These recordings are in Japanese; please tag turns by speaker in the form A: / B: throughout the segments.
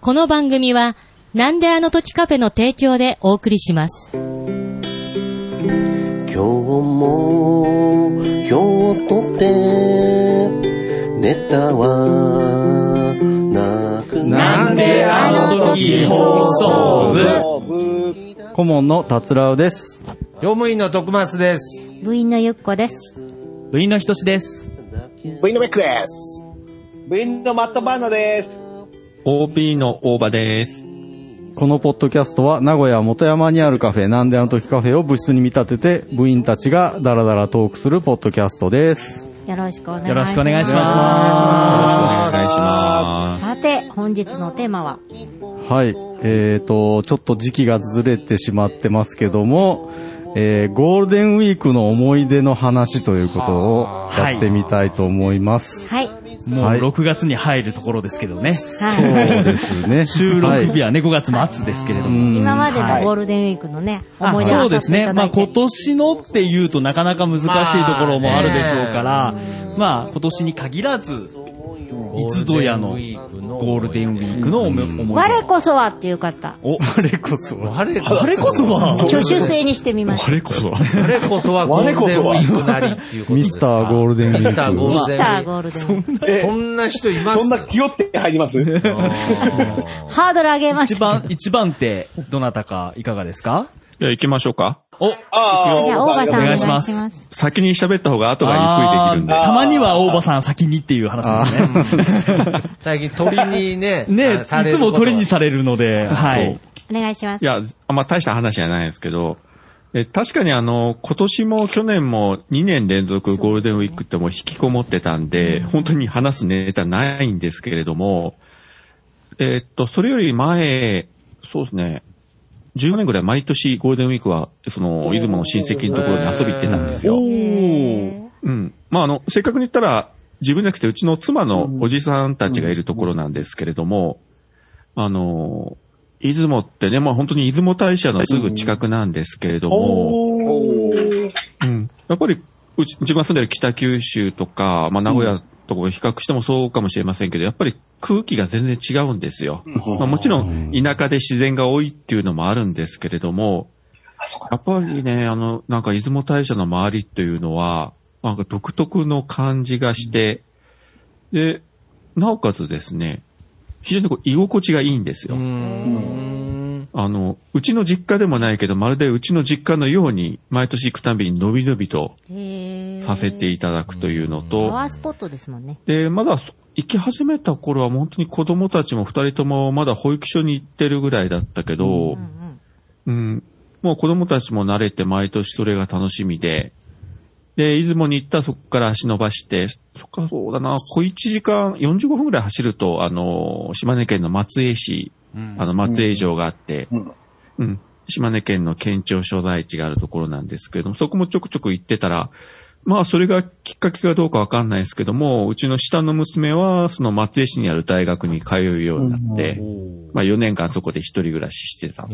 A: この番組は、なんであの時カフェの提供でお送りします。
B: 今日も今日とてネタはなく
C: なんであの時放送
D: 顧問の達郎です。
C: 業務員の徳松です。
E: 部員のゆっこです。
D: 部員のひとしです。
F: V のメックです。
G: OB の大場です。
D: このポッドキャストは名古屋元山にあるカフェ、なんであの時カフェを部室に見立てて、部員たちがダラダラトークするポッドキャストです。
E: よろしくお願いします。
H: よろしくお願いします
G: お願いします。
E: さて、本日のテーマは、
D: はい。えーと、ちょっと時期がずれてしまってますけども、えー、ゴールデンウィークの思い出の話ということをやってみたいと思います。
E: はい。
H: もう
D: はい
H: 6月に入るところですけどね。
E: はい。
D: そうですね。
H: 収録日
D: は
H: はね、5月末ですけれど
D: い、う
H: も。
D: ん
E: 今までのゴールデンウィークのね、
H: あ
E: 思い出を
H: そう
E: 語
H: で
E: って
H: す
E: い
H: ね。
E: ただ
H: ま
E: い
H: あ
E: て。
H: 今年のって言うとなかなか難しいところもあるでしょうから、まあ今年に限らず、いつぞやのゴールデンウィークの思い出。
E: 我こそはっていう方、
H: お、
D: 我こそは。
C: 我こ
H: あれこそは、
E: 挙手制にしてみました。
G: れこそは。
C: 我こそはゴールデンウィークなりっていうこと
D: ミ
C: です
D: ス
C: か
D: ターゴールデンウィーク。
C: ミスターゴ
E: ミ
C: ールデ
E: ス
C: ン
E: タ
C: ウ
E: ー
C: ィー
E: ゴールデン。
C: ク。そんな人います
F: そんな気負って入ります
C: あ
E: ハードル上げまし
H: 一
E: た。
H: 番、一番ってどなたかいかがですか
G: じゃあ行きましょうか。
H: お、
F: あ
E: じゃあ、大場さんお願いします。
H: お願
G: 先に喋った方が後が
H: あ
G: ゆっくりできるん
H: ー
G: で。
H: たまには大場さん先にっていう話ですね。
C: ー最近鳥に ね、
H: ね
C: あさ
H: い
C: れ
H: つ
C: る
H: も
C: ことが
H: 取りにされるので、はい。
E: お願いしま
G: い
E: す。
G: や、あんま大した話じゃないですけど、え確かにあの、今年も去年も2年連続ゴールデンウィークってもう引きこもってたんで、本当に話すネタないんですけれども、えっと、それより前、そうですね、15年ぐらい毎年ゴールデンウィークは、その、出雲の親戚のところに遊び行ってたんですよ。
E: え
G: うん。まあ、あの、正確に言ったら、自分じゃなくて、うちの妻のおじさんたちがいるところなんですけれども、あの、出雲ってね、まあ本当に出雲大社のすぐ近くなんですけれども、うん。やっぱり、うち、自分が住んでる北九州とか、まあ名古屋とか比較してもそうかもしれませんけど、やっぱり空気が全然違うんですよ。まあもちろん、田舎で自然が多いっていうのもあるんですけれども、やっぱりね、あの、なんか出雲大社の周りというのは、なんか独特の感じがして、で、なおかつですね、非常にこう居心地がいいんですよ。あの、うちの実家でもないけど、まるでうちの実家のように、毎年行くたびに伸び伸びと
E: ー
G: させていただくというの
E: パ
G: と、
E: ワースポットですもんね。
G: で、まだそ行き始めた頃は本当に子供たちも二人ともまだ保育所に行ってるぐらいだったけど、
E: うん
G: うん。もう子供たちも慣れて毎年それが楽しみで、で、出雲に行ったらそこから足伸ばして、そっかそうだな、小1時間45分ぐらい走ると、あの、島根県の松江市、あの、松江城があって、うん。島根県の県庁所在地があるところなんですけれども、そこもちょくちょく行ってたら、まあ、それがきっかけかどうかわかんないですけども、うちの下の娘は、その松江市にある大学に通うようになって、まあ、4年間そこで一人暮らししてたと。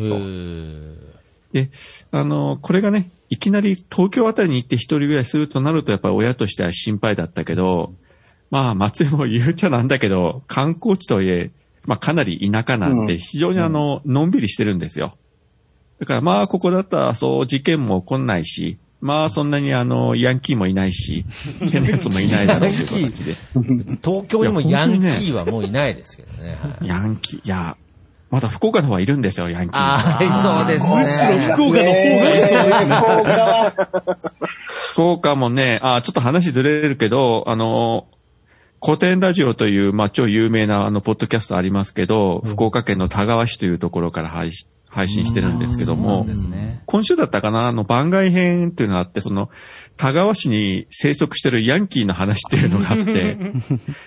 G: で、あの、これがね、いきなり東京あたりに行って一人暮らしするとなると、やっぱり親としては心配だったけど、まあ、松江も言うちゃなんだけど、観光地とはいえ、まあ、かなり田舎なんで、非常にあの、のんびりしてるんですよ。だからまあ、ここだったら、そう、事件も起こんないし、まあ、そんなにあの、ヤンキーもいない し、変なやつもいないだろうという形で。
C: 東京にもヤンキーはもういないですけどね。はい
G: ヤンキー、いや、まだ福岡の方はいるんですよ、ヤンキー。
C: ああ、いそうですね。
H: むしろ福岡の方がいそうですね。
G: 福岡もね、あ、ちょっと話ずれるけど、あの、古典ラジオという、まあ、超有名な、あの、ポッドキャストありますけど、福岡県の田川市というところから配信、配信してるんですけども、今週だったかな、あの、番外編っていうのがあって、その、田川市に生息してるヤンキーの話っていうのがあ って、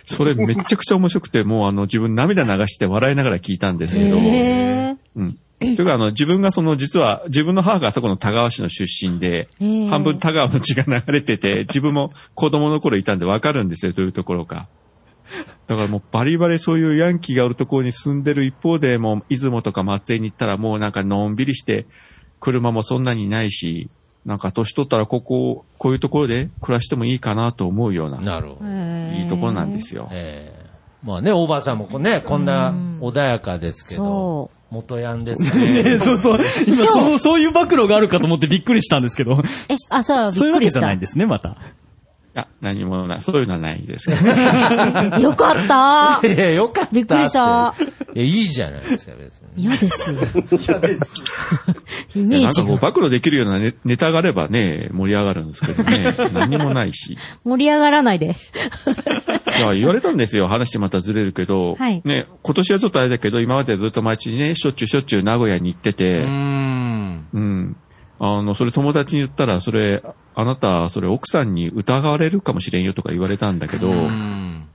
G: それめちゃくちゃ面白くて、もうあの、自分涙流して笑いながら聞いたんですけど、
E: うん。え
G: うん。というか、あの、自分がその、実は、自分の母があそこの田川市の出身で、
E: ええ
G: 半分田川の血が流れて て、自分も子供の頃いたんでわかるんですよ、どういうところか。だからもうバリバリそういうヤンキーがおるところに住んでる一方で、もう出雲とか松江に行ったらもうなんかのんびりして、車もそんなにないし、なんか年取ったらここ、こういうところで暮らしてもいいかなと思うような、
C: なるほど。
E: ー
G: いいところなんですよ。
C: えまあね、大場さんもこうね、こんな穏やかですけど
E: そ、
C: 元ヤンですか ね。
H: そうそう。今、
E: そう
H: その、そういう暴露があるかと思ってびっくりしたんですけど。
E: え、あ、そう、び
H: そうい
E: っ
H: う
E: く
H: わけ
E: り
H: じ
E: し
H: ゃな
E: た
H: いん。ですね、また。
G: や、何もない。そういうのは ないですけど。
E: よかった
C: いやいや、よかったて
E: びっくりした。
C: いや、いいじゃないですか、別に。
E: 嫌ですよ。イメ
G: な
E: ー
G: んか
E: ジ
G: こう、
E: が
G: 暴露できるようなネネタがあればね、盛り上がるんですけどね。 何もないし。
E: 盛り上がらないで。
G: いや、言われたんですよ。話またずれるけど。
E: はい
G: ね、今年はちょっとあれだけど、今までずっと街にね、しょっちゅうしょっちゅう名古屋に行ってて。
C: うん。
G: うん。あの、それ友達に言ったら、それ、あなた、それ奥さんに疑われるかもしれんよとか言われたんだけど、
C: うん。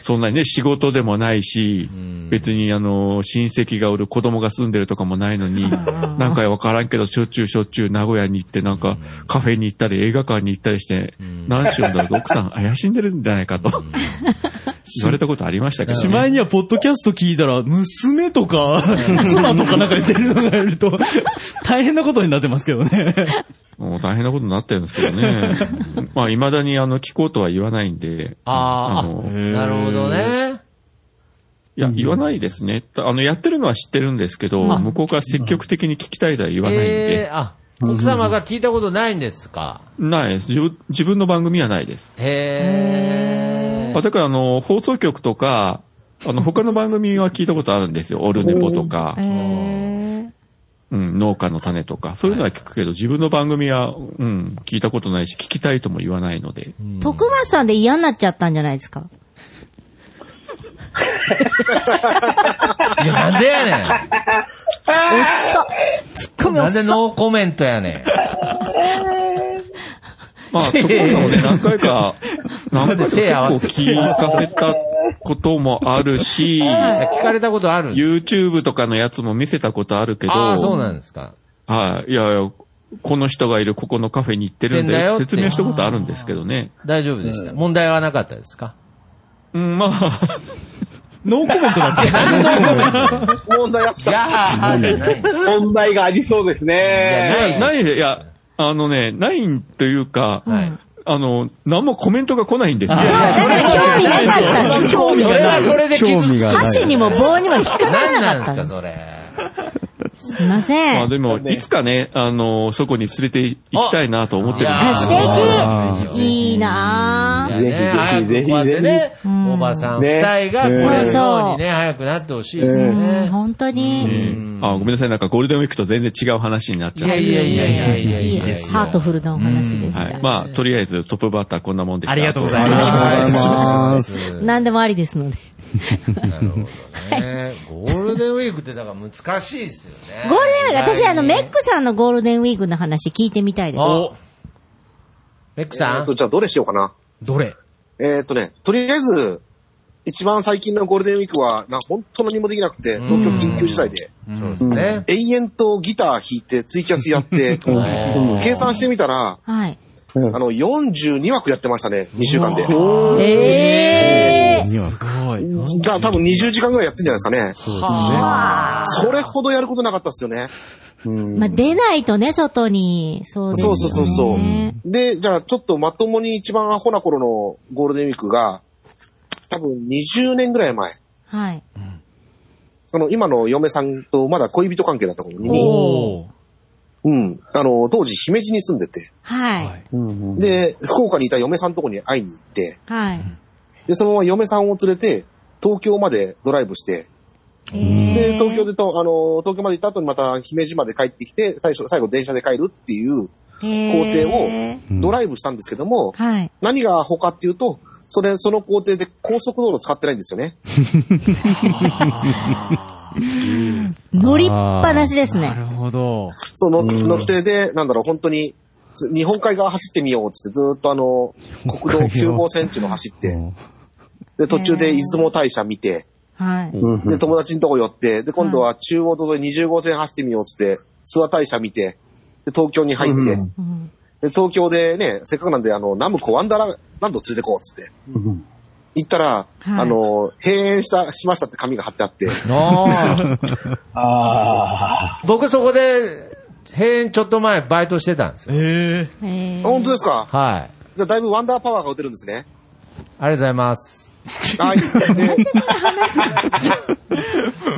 G: そんなにね、仕事でもないし、別にあの、親戚がおる子供が住んでるとかもないのに、なんかわからんけど、しょっちゅうしょっちゅう名古屋に行って、なんかカフェに行ったり映画館に行ったりして、何しようんだろうと奥さん怪しんでるんじゃないかと、言われたことありましたけど、
H: しまいには、ポッドキャスト聞いたら、娘 とか、妻とかなんか言ってるのがいると、大変なことになってますけどね。
G: もう大変なことになってるんですけどね。 まあ、未だにあの、聞こうとは言わないんで、
C: あ
G: の
C: あ、なるほどね。
G: いや、言わないですね。あの、やってるのは知ってるんですけど、向こうから積極的に聞きたいとは言わないん
C: え
G: で、
C: ー、あ、奥様が聞いたことないんですか。
G: ないです自分。自分の番組はないです。
C: へえ。
G: あだから、あの、放送局とか、あの、他の番組は聞いたことあるんですよ。オルネポとか、
E: え
G: うん、農家の種とか、そういうのは聞くけど、自分の番組は、うん、聞いたことないし、聞きたいとも言わないので。
E: ー、徳松さんで嫌になっちゃったんじゃないですか。
C: いや、なんでやね
E: おっさツッコ
C: ん。
E: ミお
C: な
E: っ
C: んで
E: さ
C: ノーコメントやねん。
G: まあ、徳川さんもね、何回 か、何回か結
C: 手合わ
G: 構
C: せて
G: 聞かせたこともある し、
C: 聞かれたことあるんです
G: YouTube とかのやつも見せたことあるけど、
C: ああ、そうなんですか。
G: はい。いやいや、この人がいるここのカフェに行ってるん
C: 行ってんだ
G: で
C: よ、って
G: 説明したことあるんですけどね。
C: 大丈夫でした。問題はなかったですか
G: うん、まあ、
H: ノーコメントだった。
F: 問題あっ
C: いやー、じゃない。
F: た。問題がありそうですね。
C: ない
G: ない、いや、あのね、ないんというか、
C: はい。
G: あの、何もコメントが来ないんですよ。
E: だから興味なかった。興味
C: そ
E: な
C: れ
E: かっ
C: はそれで
D: 興
C: 傷
D: 味
C: つ
D: が
E: た。
D: ない。
E: 箸にも棒にも引っか
C: く。
E: から
C: 何
E: な
C: な
E: かった
C: んです
E: ん
C: か、
E: で
C: それ。
E: す。すいませ
G: まあ
E: ん。
G: でも、いつかね、あの、そこに連れて行きたいなと思ってるんですけど。
E: あ
D: あ
C: 素敵
E: いいなぁ。
C: いやね、早
F: ぜひ
C: く
F: ぜひ
C: こうやって
F: ぜ
C: ね、おばさん夫妻が来れるようにね、早くなってほしいです
E: う
C: ね
E: ん、。本当に。
G: うんあ、ごめんなさい、なんかゴールデンウィークと全然違う話になっち
C: い
G: ゃう。
C: やいやいやいやいや
E: い
C: い
E: い
C: や
E: です。ハートフルなお話でし
G: はい
E: た。。
G: まあ、とりあえずトップバッターこんなもんでした。
H: ありがとうござい
D: り
H: ま
D: が
H: す
D: とうございます。
E: 何でもありですので。
C: なるほどね。ゴールデンウィークってだから難しいですよね。
E: ゴールデンウィーク、私あの、メッ
C: ク。
E: クさんのゴールデンウィークの話聞いてみたいです。
C: おメック
F: え
C: さ
F: っ
C: ん
F: と、じゃあどれしようかな。
H: どれ
F: えーっとね、とりあえず、一番最近のゴールデンウィークは、な本当何もできなくて、東京緊急事態で、
C: そうですね。
F: 永遠とギター弾いて、ツイキャスやって、計算してみたら、
E: はい。
F: あの、42枠やってましたね、2週間で。
E: ええー。
D: すごい。
F: じゃあ多分20時間ぐらいやってんじゃないですかね。それほどやることなかったっすよね。
E: まあ、出ないとね、外に。そうです
F: そ
E: よね。
F: うそうそうそう。で、じゃあちょっとまともに一番アホな頃のゴールデンウィークが、多分20年ぐらい前。
E: はい。
F: あの、今の嫁さんとまだ恋人関係だった頃に、
H: おー
F: うん。あの、当時姫路に住んでて、
E: はい。
F: で、福岡にいた嫁さんとこに会いに行って、
E: はい。
F: で、そのまま嫁さんを連れて、東京までドライブして、で、
E: で
F: 東京でと、あの、東京まで行った後にまた姫路まで帰ってきて、最初、最後電車で帰るっていう工程をドライブしたんですけども、
E: はい。
F: 何がアホかっていうと、それ、その工程で高速道路使ってないんですよね。
E: 乗りっぱなしですね。
H: なるほど。
F: その、乗ってで、なんだろう、本当に、つ日本海側走ってみようっつって、ずーっとあの、国道9号線っていうのを走って、で、途中で出雲大社見て、
E: はい。
F: で、友達のとこ寄って、で、今度は中央道沿い20号線走ってみようっつって、諏訪大社見て、で、東京に入って、
E: うん
F: で、東京でね、せっかくなんで、あの、ナムコワンダーラランド連れてこうっつって、行ったら、
E: はい
F: あの、閉園した、しましたって紙が貼ってあって、
C: ああ。僕そこで、閉園ちょっと前バイトしてたんですよ。
H: え
E: えー
F: 本当ですか
C: は い。
F: じゃあだいぶワンダーパワーが打てるんですね。
C: ありがとうございます。
F: はい。で、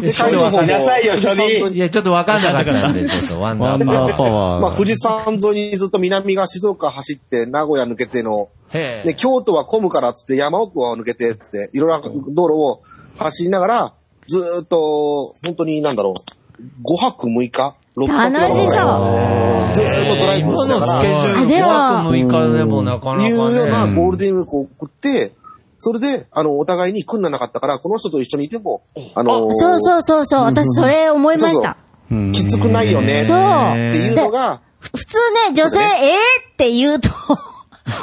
F: で、帰りの方も、富士山沿い
C: いや、ちょっとわかんなかったんで、ちょっとワン
D: ワ
C: ダ
D: ン
C: ーパ
D: ダー
C: ワ
D: パワー。
F: まあ、富士山沿いにずっと南が静岡走って、名古屋抜けての、
C: ー。へ
F: で、京都は混むからっつって、山奥は抜けてっつって、いろいろな道路を走りながら、ずーっと、本当になんだろう、5泊6日 ?6 泊
E: 楽し
F: ず
E: そう。
F: ーっとドライブ
C: 今
F: しなが
C: のス
F: ら、
C: ケ
F: い
C: ジュール
E: で
C: 5
E: は
C: 泊6日でもなかなか、ね。
F: うようなゴールデンウィークを送って、それで、あの、お互いに組んだなかったから、この人と一緒にいても、あのー
E: そうそうそうそう。私それ思いました。
D: うん
F: きつくないよね。
E: そう
F: っていうのが、
E: 普通ね、女性、えーって言うと、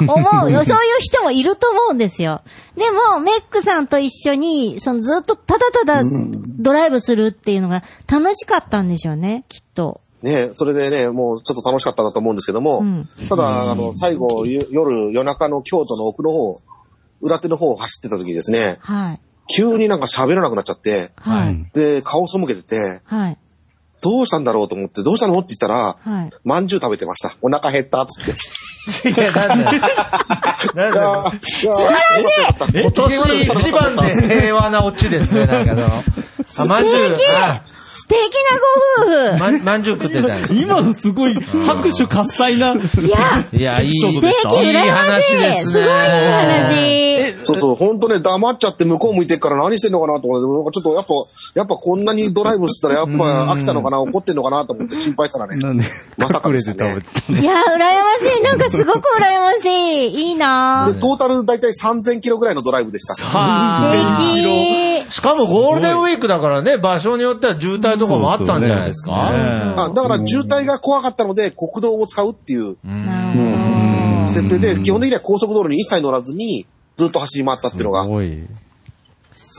E: 思うよ。そういう人もいると思うんですよ。でも、メックさんと一緒に、そのずっとただただドライブするっていうのが楽しかったんでしょうね、きっと。
F: ね、それでね、もうちょっと楽しかったなと思うんですけども、
E: うん
F: ただ、あの、最後、ゆ夜、夜中の京都の奥の方、裏手の方を走ってた時にですね、
E: はい。
F: 急になんか喋らなくなっちゃって、
E: はい。
F: で、顔背けてて、
E: はい。
F: どうしたんだろうと思って、どうしたのって言ったら、
E: はい。
F: まんじゅう食べてました。お腹減ったっつ って。
C: いや、なんだよ。なんだよ。
F: 素晴らしい
C: 今年一番で平和なオチですね、なんかその。あ、まんじゅう、
E: 素敵なご
C: あ
E: 夫婦
C: まんまんじゅう食ってたんや
H: 今のすごい拍手喝采な。
E: いや、
C: いや、いい、
H: そう
E: 素
H: ど
E: 敵
H: でした
E: 羨
C: いい
E: まし
C: 話で
E: い
C: すね
E: すごいいい話
F: そうそう、ほんとね、黙っちゃって向こう向いてっから何してんのかなと思って、なんかちょっとやっぱ、やっぱこんなにドライブしたらやっぱ飽きたのかな、怒ってんのかなと思って心配したらね、
D: なんで、
F: まさか
D: 隠
F: で
D: れ
F: してた
D: 食べ
F: ね
D: て。
E: いや、羨ましいなんかすごく羨ましいいいな
F: で、トータル大体3000キロぐらいのドライブでした。
E: ぁ。素敵
C: しかもゴールデンウィークだからね、場所によっては渋滞とかもあったんじゃないですか。
F: あだから渋滞が怖かったので、国道を使うっていう
E: なるほど
F: 設定で、基本的には高速道路に一切乗らずに、ずっと走り回ったっていうのが、
D: すごい。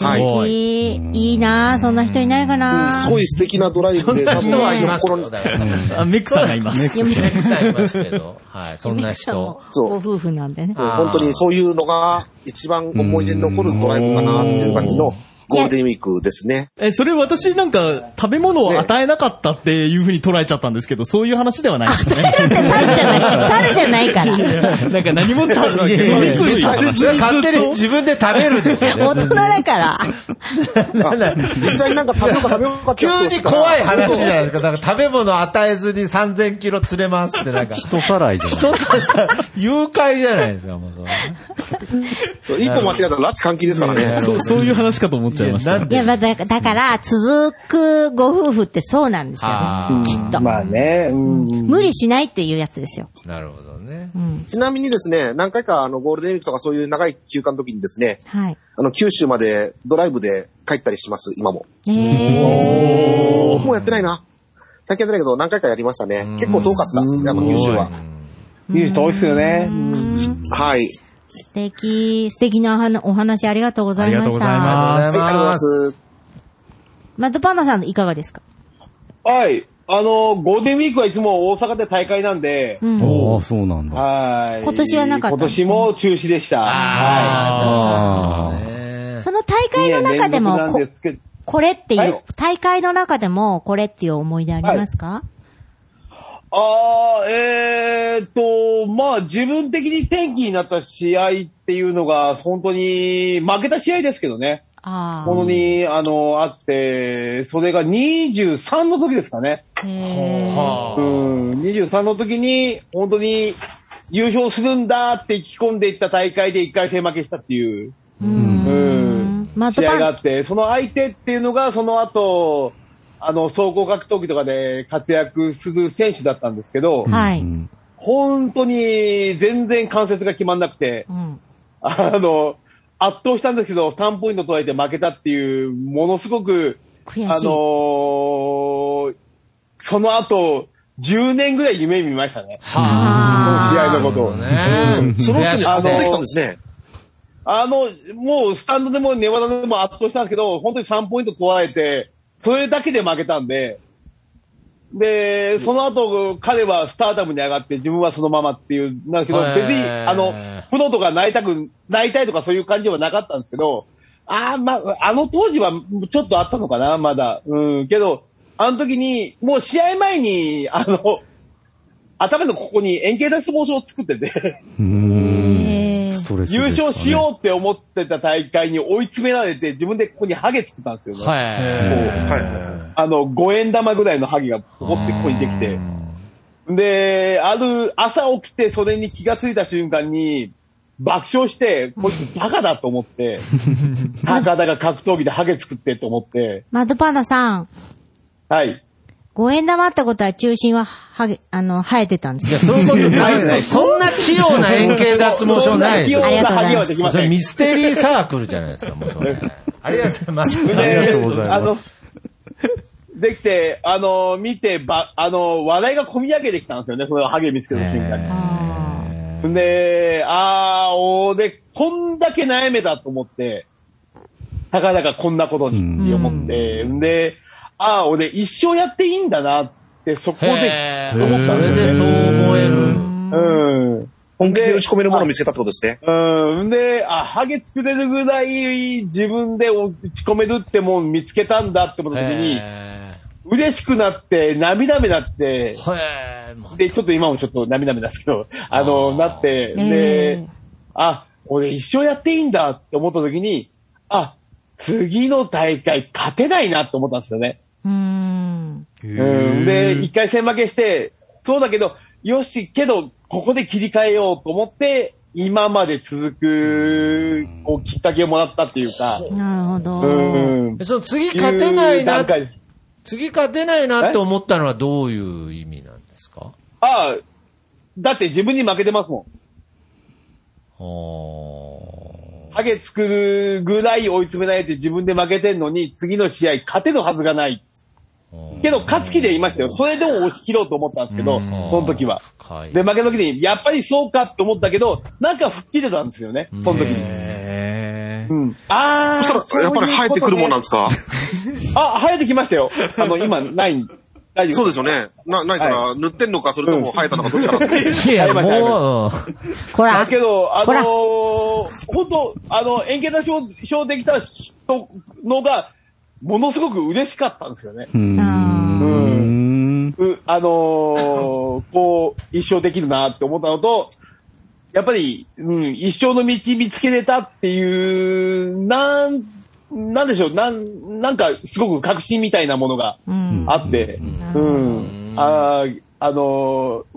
F: はい。う
E: いい、いいなぁそんな人いないかなぁ
F: んすごい素敵なドライブ
C: そ
F: で、
C: んな人はいます
F: 心
C: よ。
F: の
C: だから。た
H: あ、メックさんがいます。
E: いやメ
C: くさんいますけど。はい、そんな
E: イクさん
C: 人
E: も。
F: そう
E: ご夫婦なんでね。
C: あー
F: 本当にそういうのが一番思い出に残るドライブかなっていう感じのゴールデンウィークですね。
H: え、それ私なんか食べ物を与えなかったっていうふうに捉えちゃったんですけど、そういう話ではないですね。
E: 猿じゃない、猿じゃない から。
H: なんか何 も食べ、肉類
C: 実際
H: 食
C: そ
H: べず
C: れ
H: に
C: 勝手に
H: ずっ
C: 自分で食べるでしょ。
E: 大人だから。
F: 実際になんか食べようか食べようかって
C: 急
F: やつをし
C: に
F: たら
C: 怖い話じゃないですか。なんか食べ物与えずに3000キロ釣れますってなんか。
D: 人さらいじゃない
C: 人ささ、誘拐じゃないですか、もうそれ
F: そう一歩間違えたら拉致監禁ですから
C: いや
H: と
F: ね。
H: そう、そういう話かと思っちゃいました。
C: なん
E: い
C: で
E: や、まあだだから、続くご夫婦ってそうなんですよね。
C: あ
E: きっと。
I: まあね、うん。
E: 無理しないっていうやつですよ。
C: なるほどね。
F: ちなみにですね、何回かあのゴールデンウィークとかそういう長い休暇の時にですね、
E: はい。
F: あの九州までドライブで帰ったりします、今も。
E: ええ
F: もうやってないな。最近やってないけど何回かやりましたね。結構遠かった、あの九州は。
I: いい人多いっすよね。
F: はい。
E: 素敵、素敵なお話お話ありがとうございました。
H: ありがとうございます
C: ありが
F: は
C: と
F: いう
C: ございま。
F: ありがとうございますす。
E: まあ、ドパンナさんいかがですか
I: はい。あの、ゴールデンウィークはいつも大阪で大会なんで、
E: うん。
D: ああ、そうなんだ。
I: はい。
E: 今年はなかった
I: 今年も中止でした。
D: ああ。
E: その大会の中でも、
I: 二年連
E: こ
I: 続なんですけど
E: これってい
I: は
E: う
I: い、
E: 大会の中でも、これっていう思い出ありますか、
I: ああ、えーっと、まあ、自分的に天気になった試合っていうのが、本当に、負けた試合ですけどね。
E: あ
I: ものに、あの、あって、それが23の時ですかね。
E: あ。へー
I: うん、23の時に、本当に、優勝するんだって意気込んでいった大会で1回戦負けしたっていう、
E: う
I: うんん、
E: まあ、ド
I: 試合があ
E: パン、
I: って、その相手っていうのが、その後、あの、総合格闘技とかで活躍する選手だったんですけど、
E: はい
D: うん
I: 本当に全然関節が決まんなくて、
E: うん。
I: あの、圧倒したんですけど、3ポイント取られて負けたっていう、ものすごく、
E: 悔
I: あ
E: しい。
I: のーその後、10年ぐらい夢見ましたね。その試合のことを。
C: ね
F: その人に
I: あ
F: 運ん
I: の
F: できたんですね。
I: あの、もうスタンドでも寝技でも圧倒したんですけど、本当に3ポイント取られて、それだけで負けたんで、で、その後、彼はスターダムに上がって、自分はそのままっていう、なんですけど、
C: へー
I: 別に、あの、プロとかなりたく、なりたいとかそういう感じはなかったんですけど、ああ、まあ、あの当時はちょっとあったのかな、まだ。うん、けど、あの時に、もう試合前に、あの、頭のここに円形脱毛症を作ってて、
D: うん。
E: へー
D: ストレスです
I: 優
D: かね
I: 勝しようって思ってた大会に追い詰められて、自分でここにハゲ作ったんですよね。
F: いはい
I: あの、五円玉ぐらいのハゲがポコってここにできて。で、ある、朝起きてそれに気がついた瞬間に、爆笑して、こいつバカだと思っ て、高田が格闘技でハゲ作ってと思って、
E: マドパンダさん、
I: はい。
E: 五円玉ってことは中心は、はげ、あの、生えてたんです よ。
C: そういうことないですね。そんな器用な円形脱毛症ないで
I: そんな器用なハゲは
E: ありがとうござい
I: でき
C: す。
I: ま
C: そ
I: せ
C: れ
I: ん。
C: ミステリーサークルじゃないですか、もうそれ。 ありがとうございます。
I: で
D: ありがとうございます
I: あの、できて、あの、見て、ば、あの、話題が込み上げてきたんですよね、そのハゲ見つけた瞬間に。
E: あ
I: んで、あー、おーで、こんだけ悩めたと思って、たかだかこんなことにって思って、んで、あー、俺一生やっていいんだなって、そこで、
C: へーそれでそう思える。
I: うん。
F: 本気で打ち込めるものを見つけたってことですね。
I: うん。んで、あ、ハゲ作れるぐらい自分で打ち込めるってもん見つけたんだって思った時に、
C: へ
I: 嬉しくなって、涙目だって、
C: ーへーま
I: で、ちょっと今もちょっと涙目なんですけど、あの、なって、
E: え
I: で
E: え、
I: あ、俺一生やっていいんだって思った時に、あ、次の大会勝てないなって思ったんですよね。
E: うーん。
I: うん。で、一回戦負けして、そうだけど、よし、けど、ここで切り替えようと思って、今まで続く、こう、きっかけをもらったっていうか、
E: なるほど。
I: うん。
C: その次勝てないな
I: う段階です
C: 次勝てないなって思ったのはどういう意味なんですか
I: ああ、だって自分に負けてますもん。
C: あー
I: ハゲ作るぐらい追い詰められて自分で負けてんのに、次の試合勝てるはずがない。けど、勝つ気でいましたよ。それでも押し切ろうと思ったんですけど、その時は。
C: 深い。
I: で、負けた時に、やっぱりそうかって思ったけど、なんか吹っ切れたんですよね、その時に。うん。あー、
F: そしたら、やっぱり生えてくるもんなんですか
I: すあ、生えてきましたよ。あの、今、ない、大丈
F: そう
I: 夫。
F: ですよね。な、ないから、塗ってんのか、それとも生えたのか、どっちかだ って。
C: いや、も
E: こら
I: だ、けど、あ
E: こら
I: のー、本当あの、円形な表表できた人のが、ものすごく嬉しかったんですよね。
D: うーん。
I: う、 あのーこう、一生できるなって思ったのと、やっぱり、うん、一生の道見つけれたっていう、なん、なんでしょう、なん、なんかすごく確信みたいなものが
E: うん。
I: あって、う
E: うん
I: ん、あーあのー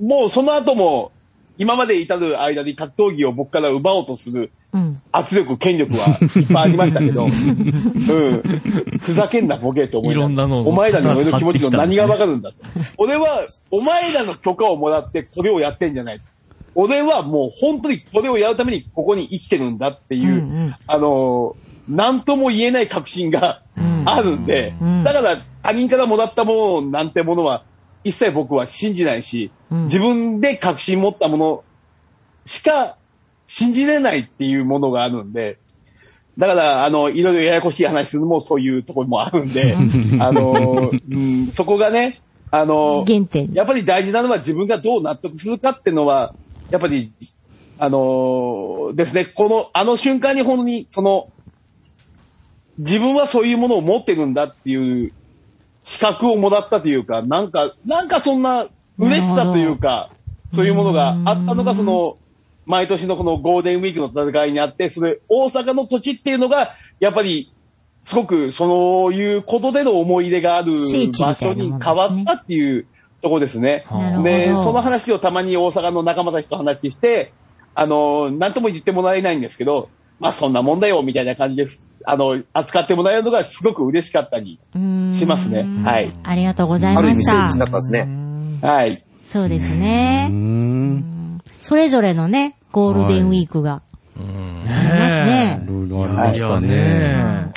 I: もうその後も、今まで至る間に格闘技を僕から奪おうとする
E: うん。
I: 圧力、権力はいっぱいありましたけど、うん、ふざけんなボケと思い
H: いろんなのを
I: お前らの俺の気持ちの
H: 買ってき
I: 何
H: た
I: が
H: んですね
I: わかるんだと。俺は、お前らの許可をもらってこれをやってんじゃない。俺はもう本当にこれをやるためにここに生きてるんだっていう、
E: うんうん
I: あのー、なんとも言えない確信が
E: ん
I: あるんで、
E: うん
I: だから他人からもらったものなんてものは一切僕は信じないし、
E: うん
I: 自分で確信持ったものしか信じれないっていうものがあるんで、だから、あの、いろいろややこしい話するのもそういうところもあるんで、あの、うん、そこがね、あの、
E: 原点。
I: やっぱり大事なのは自分がどう納得するかっていうのは、やっぱり、あのーですね、この、あの瞬間に本当に、その、自分はそういうものを持ってるんだっていう資格をもらったというか、なんか、なんかそんな嬉しさというか、そういうものがあったのが、その、毎年のこのゴールデンウィークの戦いにあって、それ、大阪の土地っていうのが、やっぱり、すごく、そういうことでの思い出がある
E: 聖地み
I: 場
E: た
I: 所
E: いな
I: に
E: もんですね
I: 変わったっていうところですね。
E: なるほど。
I: で、その話をたまに大阪の仲間たちと話して、あの、なんとも言ってもらえないんですけど、まあそんなもんだよ、みたいな感じで、あの、扱ってもらえるのがすごく嬉しかったり、しますね
E: うん
I: はい
E: ありがとうござい
F: あ
E: ま
F: る意味、
E: し
F: 聖
E: た
F: 地に。なったんですね。
I: はい。
E: そうですね。それぞれのね、ゴールデンウィークが。ありますね。
D: いろいろありましたね。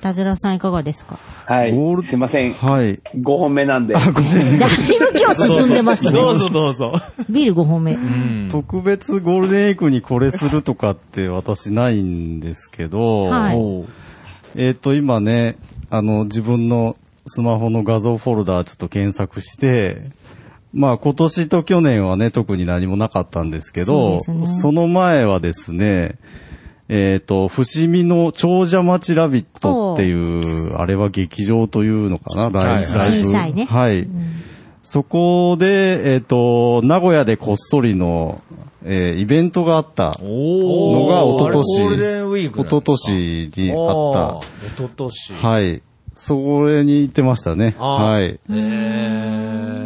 E: 田面さんいかがですか
I: はい。
D: ゴール
I: すいません。
D: はい。
I: 5本目なんで。
E: だいぶ今日進んでますね。
H: どうぞどうぞ。
E: ビール5本目。
D: 特別ゴールデンウィークにこれするとかって私ないんですけど、
E: はい
D: おうえっ、と、今ね、あの、自分のスマホの画像フォルダーちょっと検索して、まあ今年と去年はね、特に何もなかったんですけど、
E: そ
D: そう
E: ですね
D: の前はですね、えっ、と、伏見の長者町ラビットっていう、あれは劇場というのかな、ライブ。ライブ
E: 小さいね
D: はい。そこで、えっ、と、名古屋でこっそりのえーイベントがあったのが
C: おーあ
D: 一昨
C: れ
D: 年、
C: ゴールデンウィークなん
D: 一
C: です
D: 昨年にあっ
C: 一昨年。
D: た。はい。それに行ってましたね。
C: あー
D: はい。
C: え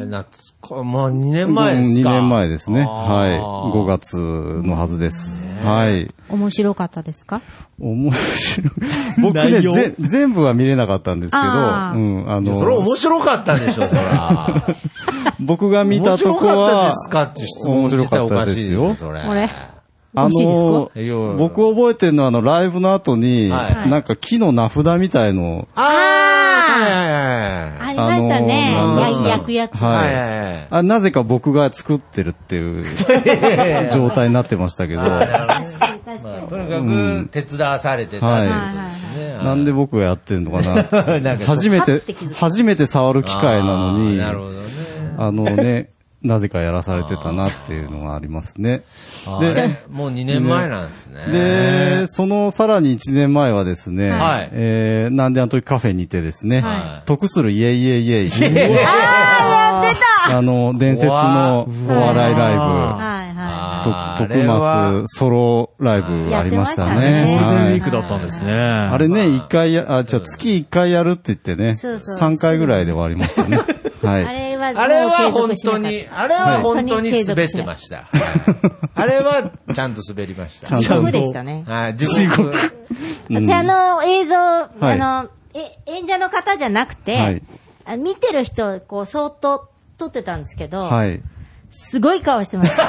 C: ー、夏か、まあ2年前ですか。
D: 2年前ですね。はい。5
C: 月。
D: 月のはずです。はい。
E: 面白かったですか
D: 面白い。僕ね、
H: 内容
D: ぜ全部は見れなかったんですけど、
E: あー
D: うん、あの、
C: それ面白かったんでしょ、そら。
D: 僕が 見たと
C: 面
D: こ
C: 白かった
D: は、
C: ですかって質問自体おかしいでしょ、
D: 面白かったです
C: そ
E: こ
C: れ。
E: れ。美
D: あ
E: 味しいですか
D: の
C: いやいやいや、
D: 僕覚えてるのはあの、ライブの後に、
C: はい
D: なんか木の名札みたいの、
C: あーは
E: ありましたね。
D: あのー
E: や焼くやつ。
D: はい
C: いはいはい。はいはいはい。
D: あなぜか僕が作ってるっていう状態になってましたけど、
E: 確かに確かに。
C: とに
D: う
C: か
D: ん
C: く手伝わされてたってことですね。はい
D: なんで僕がやってるのかな
C: なんか
D: 初め
E: パッ
D: て
E: て気づ、く
D: 初めて触る機会なのに、
C: あーなるほどね。
D: あのね、なぜかやらされてたなっていうのがありますね。
C: で、もう2年前なんですね。
D: で、そのさらに1年前はですね、
C: はい
D: えー、なんであの時カフェにてですね、
C: はい
D: 得するイエイイエイイエイ。あの、伝説のお笑いライ
E: はい
D: ブ。
E: は
C: あー
D: と
C: あれ
D: 徳
C: は
D: マスソロライブありました
E: やってましたね
D: ね。は
E: ゴ
D: い
E: ールデン
H: ウィークだったんですね。
D: あ
H: あ
D: れね、一回や、あ、じゃあ月一回やるって言ってね、
E: そうそう。
D: 3回ぐらいで終わりましたね。はい い。
E: あれは、
C: あれは
E: もう
C: 本
E: 継続しなか
C: 当
E: った
C: に、あれは本当に
E: はい
C: 滑ってました。あれはちゃんと滑りました。
E: 地獄でしたね。
C: はい、地獄。
E: 私あの、映像、
D: い
E: あの、え、演者の方じゃなくて、
D: はい
E: あ見てる人、こう、そーっと撮ってたんですけど、
D: はい。
E: すごい顔してま した。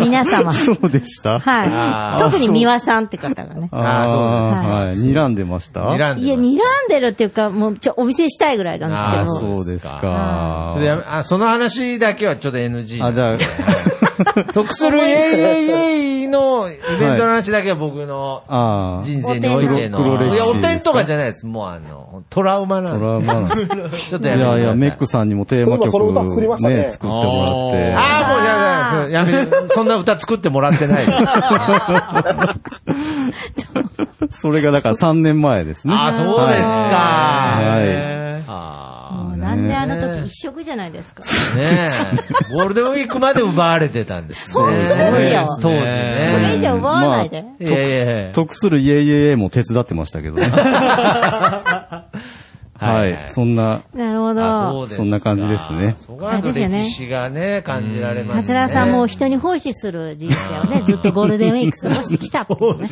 E: 皆様。
D: そうでした
E: は
C: あ
E: い。特に三輪さんって方がね。
D: あ
C: あーそう
D: ー
C: です
D: はい。睨んでました
C: 睨ん
E: いや、
C: でま
E: 睨
C: し
E: んでるっていうか、もう、ちょ、お見せしたいぐらいなんですけど。
D: そうです
C: た。
D: か
C: ちょっと。やめあ、その話だけはちょっと NG。
D: あ、じゃあ、
C: 得するイエイイエイのイベントの話だけは僕の
D: ああ、
C: 人生においての。
D: 黒歴史
C: いや、お点とかじゃないです。もうあの、トラウマな
D: ト
C: ん
D: ラウマ。
C: で。 ちょっ
D: い
C: とやめてくださ
D: や
C: い。
D: いや、メックさんにもテーマ曲
F: そういえばその歌作りましたね
D: ね、作ってもらって。
C: ああ、もうやめて、やめて、そんな歌作ってもらってない です。
D: それがだから3年前ですね。
C: ああ、そうですか。
D: はい。
C: あ
E: もうなんであの時一色じゃないですか。
C: あ、ねえ。ゴールデンウィークまで奪われてたんですね。
E: そうですよ
C: 当
E: こ
C: 時
E: れ以
C: ね。
E: 上奪わないで。
C: いやいやいや
D: 得するイエイイエイイエイも手伝ってまし たけど。はい。そんな、
E: なるほ
C: あ
E: ど。
C: うですか
D: そんな感じですね
C: そこはあと歴史がね、感じられ
E: カ
C: ますね。
E: ツラさんも人に奉仕する人生を ね、ずっとゴールデンウィーク過ごしてきたっていうね。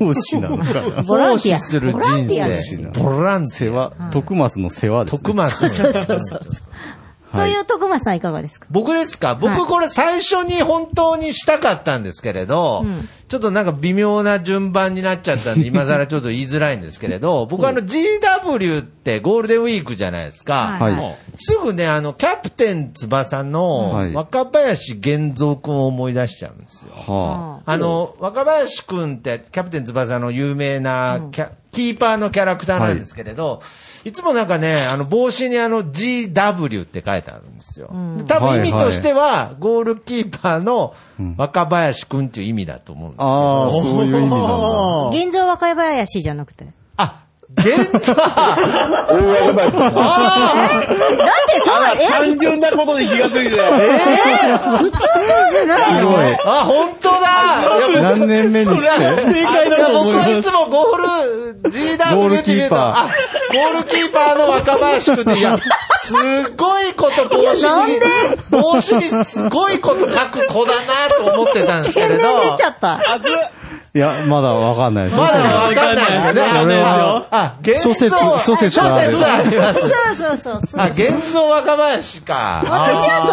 D: 奉仕なのか な。
E: ボランティ
C: 奉仕
E: ア
C: する人
E: ボランティアです
C: 生。ボランテ
D: 世
C: ィア。
D: 話、徳松の世話です、ね。
C: 徳松の。
E: そうそうそう。という徳松さんいかがですか
C: 僕です
E: は
C: か
E: い
C: 僕これ最初に本当にしたかったんですけれど、
E: うん
C: ちょっとなんか微妙な順番になっちゃったんで、今更ちょっと言いづらいんですけ れど、僕あの GW ってゴールデンウィークじゃないですか。
D: はい
E: はい
C: すぐね、あの、キャプテン翼
D: は
C: の
D: い
C: 若林玄三君を思い出しちゃうんですよ。
D: は
C: あの、若林くんって、キャプテン翼の有名なキャ、キーパーのキャラクターなんですけれど、い、つもなんかね、あの、帽子にあの、GW って書いてあるんですよ。で多分意味としては、ゴールキーパーの若林くんっていう意味だと思うんですけ
D: あ。
C: ど、
D: ああ、そういう意味なんだ。
E: 現像若林じゃなくて。だ
C: あ、現 在
E: っ
C: あー
E: てそんな、え
I: 単純なことに気がついて。
E: 普通そうじゃないの
D: す
C: あ、本当だい
D: ごい。
C: や
D: 何年目にして
H: 正解だと思い
C: 僕
H: ま
C: はい
H: す。
C: つもゴール、
D: ゴー
C: GW
D: ル
C: って
D: キ
C: 言う
D: ー
C: と、
D: パ
C: あ、ゴールキーパーの若林くんって、いや、すごいこと帽子に、帽子にすごいこと書く子だなと思ってたんですけ
E: 天
C: れ
E: 然
C: ど、
E: 出ちゃった。
D: いや、まだわかんないですね。
C: まだわかんないですよ
D: こ
C: ね。
D: れ
C: あ
D: は、
C: あ、現像
D: 諸説諸説
C: 諸
D: ある
C: 説あります。
E: そうそうそうそう。
C: あ、現像若林か。
E: 私はそ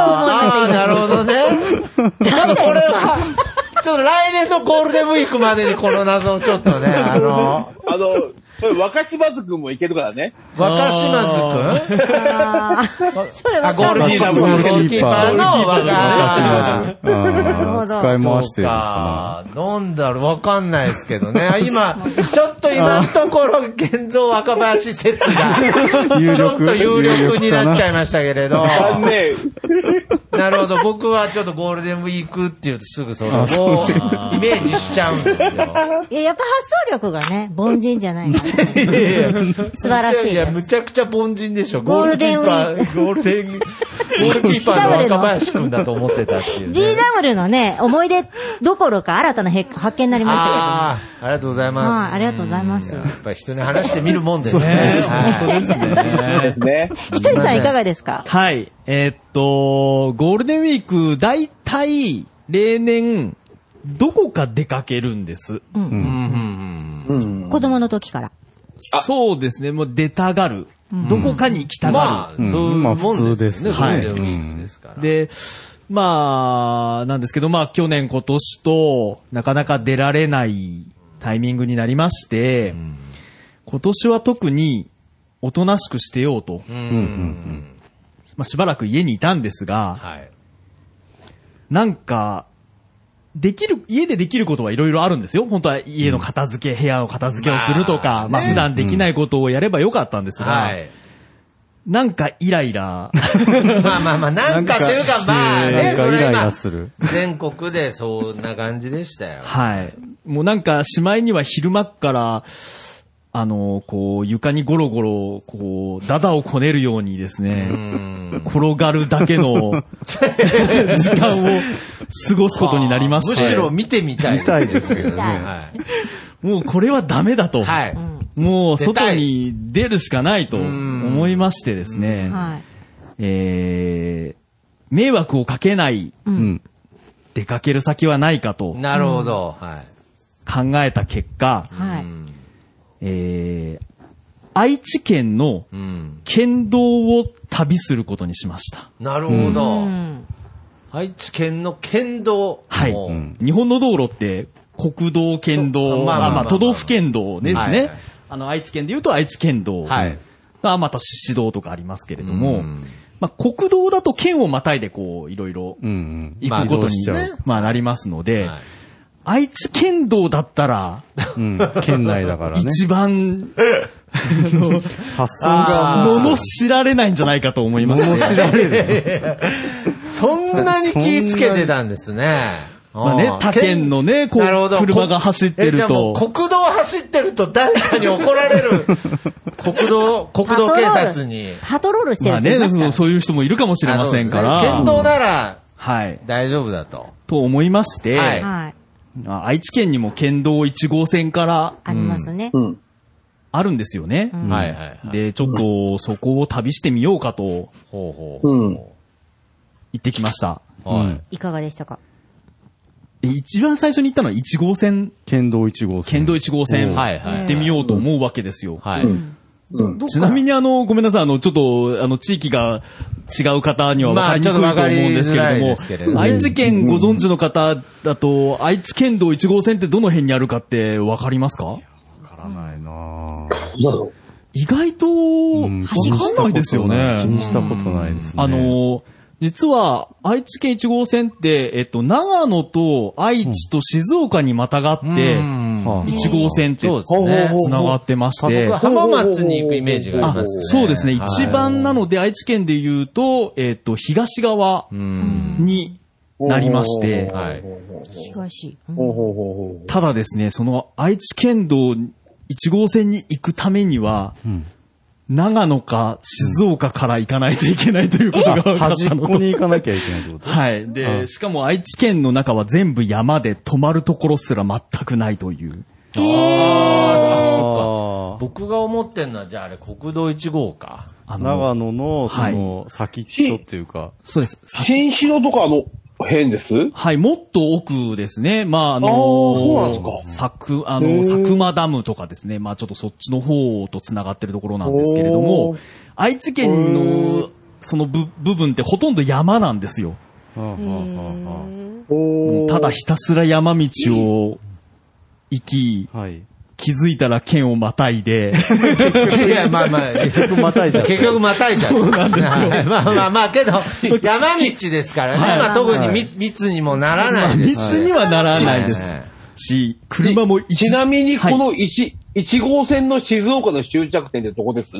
E: う思いました
C: ああ、なるほどね。ちょっとこれは、ちょっと来年のゴールデンウィークまでにこの謎をちょっとね、あの、
I: あの、それ若島津くんもいけるからね。
C: 若島津くん
E: あーそれ
C: あ、
E: わ
C: ゴー
E: かん
C: ル
E: ない。
C: キーパー、ゴールキーパーの若島
D: あー使い
C: 津。
D: 回してるのか
C: か。なんだろう、わかんないです けどね。あ今、ちょっと今のところ、現像若林説が、
D: 有力
C: ちょっと有力になっちゃいましたけれど。
I: あの ね、
C: なるほど。僕はちょっとゴールデンウィークっていうとすぐそれをイメージしちゃうんですよ。
E: いや、やっぱ発想力がね、凡人じゃないの。 素晴らしい
C: いや、
E: で
C: む
E: す。
C: ちゃくちゃ凡人でしょ。
E: ゴールデンウィー
C: ク。ゴールデン、ゴールキーパーの若林くんだと思ってたっていう、ね。
E: GW のね、思い出どころか新たなへ発見になりましたけど。は
C: ああ、ありがとうございま
E: い、
C: す。
E: ありがとうございます
C: や。っぱり人に話してみるもんですね。はい
I: ですね。
E: ひとりさんいかがですか
H: はい。えーっと、ゴールデンウィーク、だいたい、例年、どこか出かけるんです。
E: 子供の時から。
H: そうですね。もう出たがる。どこかに行きた
C: まあ、
H: が
D: う
C: そうんいう
D: ま
C: も
D: あ
C: んですね。ゴー
H: 普通
C: ル
H: です
C: デン
D: はい
C: ウィークですから。
H: る。で、まあ、なんですけど、まあ、去年今年と、なかなか出られないタイミングになりまして、今年は特に、おとなしくしてようと、
C: うん
H: まあ、しばらく家にいたんですが、
C: はい。
H: なんか、できる、家でできることはいろいろあるんですよ。本当は家の片付け、部屋の片付けをするとか、まあ、普段できないことをやればよかったんですが、
C: はい。
H: なんかイライラ。
C: まあまあまあ、なんかというか、まあね、
D: なんか
C: それ
D: イライ
C: 今
D: ラする、
C: 全国でそんな感じでしたよ。
H: はい。もうなんか、しまいには昼間っから、あの、こう、床にゴロゴロ、こう、ダダをこねるようにですね、転がるだけ の時間を過ごすことになりま
C: む
H: し、
C: してろ見てみたい。見たいですけど
E: ねは
C: はい。
H: もうこれはダメだと。
C: はい。
H: もう外に出るしかないと思いましてですね、
E: はい。
H: えー、迷惑をかけない、
D: うん。
H: 出かける先はないかと
C: なるほど。はい。
H: 考えた結果、
E: は
C: う
E: い。
C: ん
H: えー、愛知県の
C: うん。
H: 県道を旅することにしました。
C: なるほ
E: う
C: ど。
E: ん。
C: 愛知県の県道。
H: はい。
C: もう
H: 日本の道路って、国道、県
C: そうまあ
H: 道、ま
C: まあ
H: あ
C: まあ
H: まあ、都道府県道ですね。
C: はいはい
H: あの、愛知県で言うと愛知県道。
C: はい。
H: まあ、また市道とかありますけれども、
C: うん
H: まあ、国道だと県をまたいでこう、いろいろ
D: うんうん。
H: 行くこと
D: 移動し
H: に、
D: ちゃ
H: ま
D: う
H: あ、なりますので、
C: はい
H: 愛知県道だったら、
D: うん。県内だからね。
H: 一番、
D: 発想が。
H: 物知られないんじゃないかと思います、
D: 物知られる。
C: そんなに気つけてたんです ね。
H: まあね
C: うん
H: 他県のねこう
C: なるほど
H: 車が走ってる
C: え
H: と
C: じゃあもう国道走ってると誰かに怒られ る。国道、国
E: パト
C: 道
E: ロール
C: 警察に。
E: パトロールして
H: ま
E: る
H: あ
E: 人いま
H: ね、
E: すから
H: そうそういう人もいるかもしれませんか
C: あ
H: ら。
C: の県道なら
H: はい。
C: 大丈夫だと。
H: と思いまして、
C: はい道
E: はい。
H: あ愛知県にも県道1号線から
E: ありますね。
H: あるんですよね。
E: うん
C: はいはいはい。
H: で、ちょっとそこを旅してみようかと
C: ほうほうほ
H: 行ってきました。
C: う。はい。
E: いかがでしたか
H: で一番最初に行ったのは1号線、
D: 県道1号線。
H: 県道1号線、
C: はいはい
H: 行ってみようと思うわけですよ。
C: はい。
H: ちなみにあの、ごめんなさい、あの、ちょっと、あの、地域が違う方には分かりにくいと
C: まあちょっと
H: 思うんですけれど
C: わかりづらい
H: も、
C: ですけれどね
H: 愛知県ご存知の方だと、愛知県道1号線ってどの辺にあるかって分かりますか
D: わからないなぁ。
H: 意外と、
D: うん
H: 分かんないですよ
D: 気に
H: ね。
D: したことないですね。
H: あの、実は、愛知県1号線って、えっと、長野と愛知と静岡にまたがって、
C: うん
D: はあ
H: 1号線って
C: そうですね。
H: 繋がってまし
C: 僕
H: て、
C: は浜松に行くイメージがあり
H: あ
C: ますね。
H: そうですね。
C: はい
H: 一番なので、愛知県で言うと、えっ、と、東側
C: うん。
H: になりまして、
C: はい。
E: 東。
H: ただですね、その愛知県道1号線に行くためには、
D: ん
H: 長野か静岡から行かないといけないということが分かっ
D: 端った
H: の。
D: ことに行かなきゃいけないってこと
H: はい。で、
D: あ
H: しかも愛知県の中は全部山で泊まるところすら全くないという。
E: えー。
D: あ
C: 僕が思ってんのは、じゃああれ、国道1号 か。
H: あ
D: あ
H: の
D: 長野の、その、先っちょっていうか、
H: そうです。さ
I: 新城とかの変です
H: はい、もっと奥ですね。まあ、あの
I: あーそうなんで
H: 佐久、あ
I: へ
H: の、
I: ー
H: 佐久間ダムとかですね。まあ、ちょっとそっちの方と繋がってるところなんですけれど
I: お
H: も
I: ー、
H: 愛知県の、その部部分ってほとんど山なんですよ。
D: はあはあは
H: ただひたすら山道を行き、
D: あはい。
H: 気づいたら県をまたいで、
C: いや、まあまあ、
D: 結局またいじゃん。
C: 結局 またいじゃう。はい まあまあまあ、け ど、山道ですからね。まあ特に密密にもならないです。
H: 密にはならないです
C: はい
H: し、車も一
I: ちなみに、
H: は
I: こ
H: い
I: の1、1号線の静岡の終着点ってどこです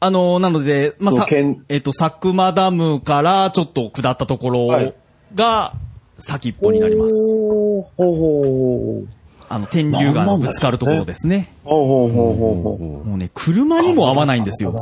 H: あの、なので、まあ、さ
I: そう県
H: えっ、と、佐久間ダムからちょっと下ったとこ
I: はい
H: ろが先っぽになります。
I: おーほうほうほう
H: あの、天竜がぶつかるところですね。
F: ほうほうほうほうほ
H: もうね、車にも合わないんですよ。